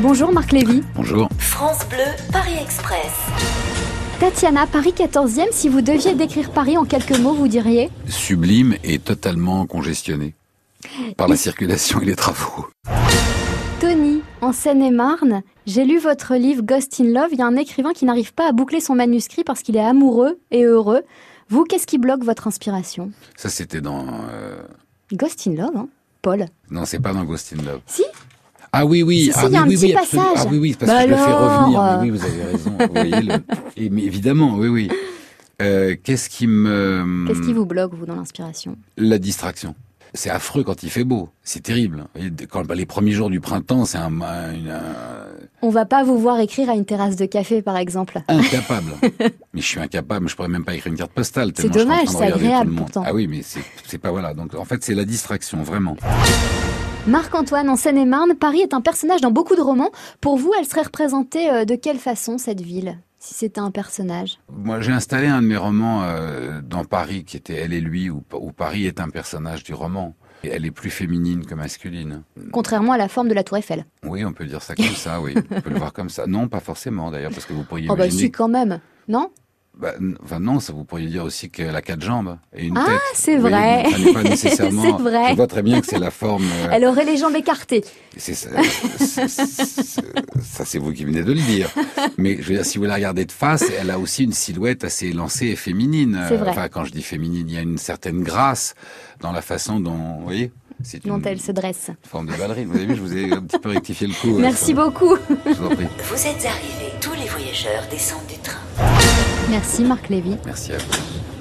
Bonjour Marc Lévy. Bonjour. France Bleu, Paris Express. Tatiana, Paris 14e, si vous deviez décrire Paris en quelques mots, vous diriez Sublime et totalement congestionné par la circulation et les travaux. Tony, en Seine-et-Marne, j'ai lu votre livre Ghost in Love. Il y a un écrivain qui n'arrive pas à boucler son manuscrit parce qu'il est amoureux et heureux. Vous, qu'est-ce qui bloque votre inspiration Ça, c'était dans. euh, Ghost in Love, hein Paul. Non, c'est pas dans Ghost in Love. Si Ah oui, oui. Si, si, ah, il y a oui, un oui, petit oui, absolument. passage. Ah oui, oui, parce Bah que je le fais alors, revenir. euh. Mais oui, vous avez raison. Vous voyez le... et, mais évidemment, oui, oui. Euh, Qu'est-ce qui me. Qu'est-ce qui vous bloque, vous, dans l'inspiration La distraction. C'est affreux quand il fait beau. C'est terrible. Vous voyez, Quand bah, les premiers jours du printemps, c'est un, un- un- On va pas vous voir écrire à une terrasse de café, par exemple. incapable. mais je suis incapable, je pourrais même pas écrire une carte postale. C'est tellement je suis en dommage, train de c'est regarder tout le agréable monde. pourtant. Ah oui, mais c'est c'est pas voilà. Donc en fait, c'est la distraction, vraiment. Marc-Antoine, en Seine-et-Marne, Paris est un personnage dans beaucoup de romans. Pour vous, elle serait représentée euh, de quelle façon, cette ville si c'était un personnage. Moi, j'ai installé un de mes romans euh, dans Paris, qui était Elle et lui, où, où Paris est un personnage du roman. Et elle est plus féminine que masculine. Contrairement à la forme de la Tour Eiffel. Oui, on peut dire ça comme ça, oui. On peut le voir comme ça. Non, pas forcément, d'ailleurs, parce que vous pourriez Oh bah imaginer... si quand même, non Bah, n- enfin, non, ça vous pourriez dire aussi qu'elle a quatre jambes et une Ah, tête. c'est Vous voyez, vrai. donc ça n'est pas nécessairement... C'est vrai. Je vois très bien que c'est la forme... euh, Elle aurait les jambes écartées. C'est ça, c'est- c'est- ça, c'est vous qui venez de le dire. Mais je veux dire, si vous la regardez de face, elle a aussi une silhouette assez élancée et féminine. C'est vrai. Enfin, quand je dis féminine, il y a une certaine grâce dans la façon dont, vous voyez, c'est dont une elle se dresse. forme de ballerine. Vous avez vu, je vous ai un petit peu rectifié le coup. Merci euh, beaucoup. Je vous en prie. Vous êtes arrivés. Tous les voyageurs descendent du train. Merci Marc Lévy. Merci à vous.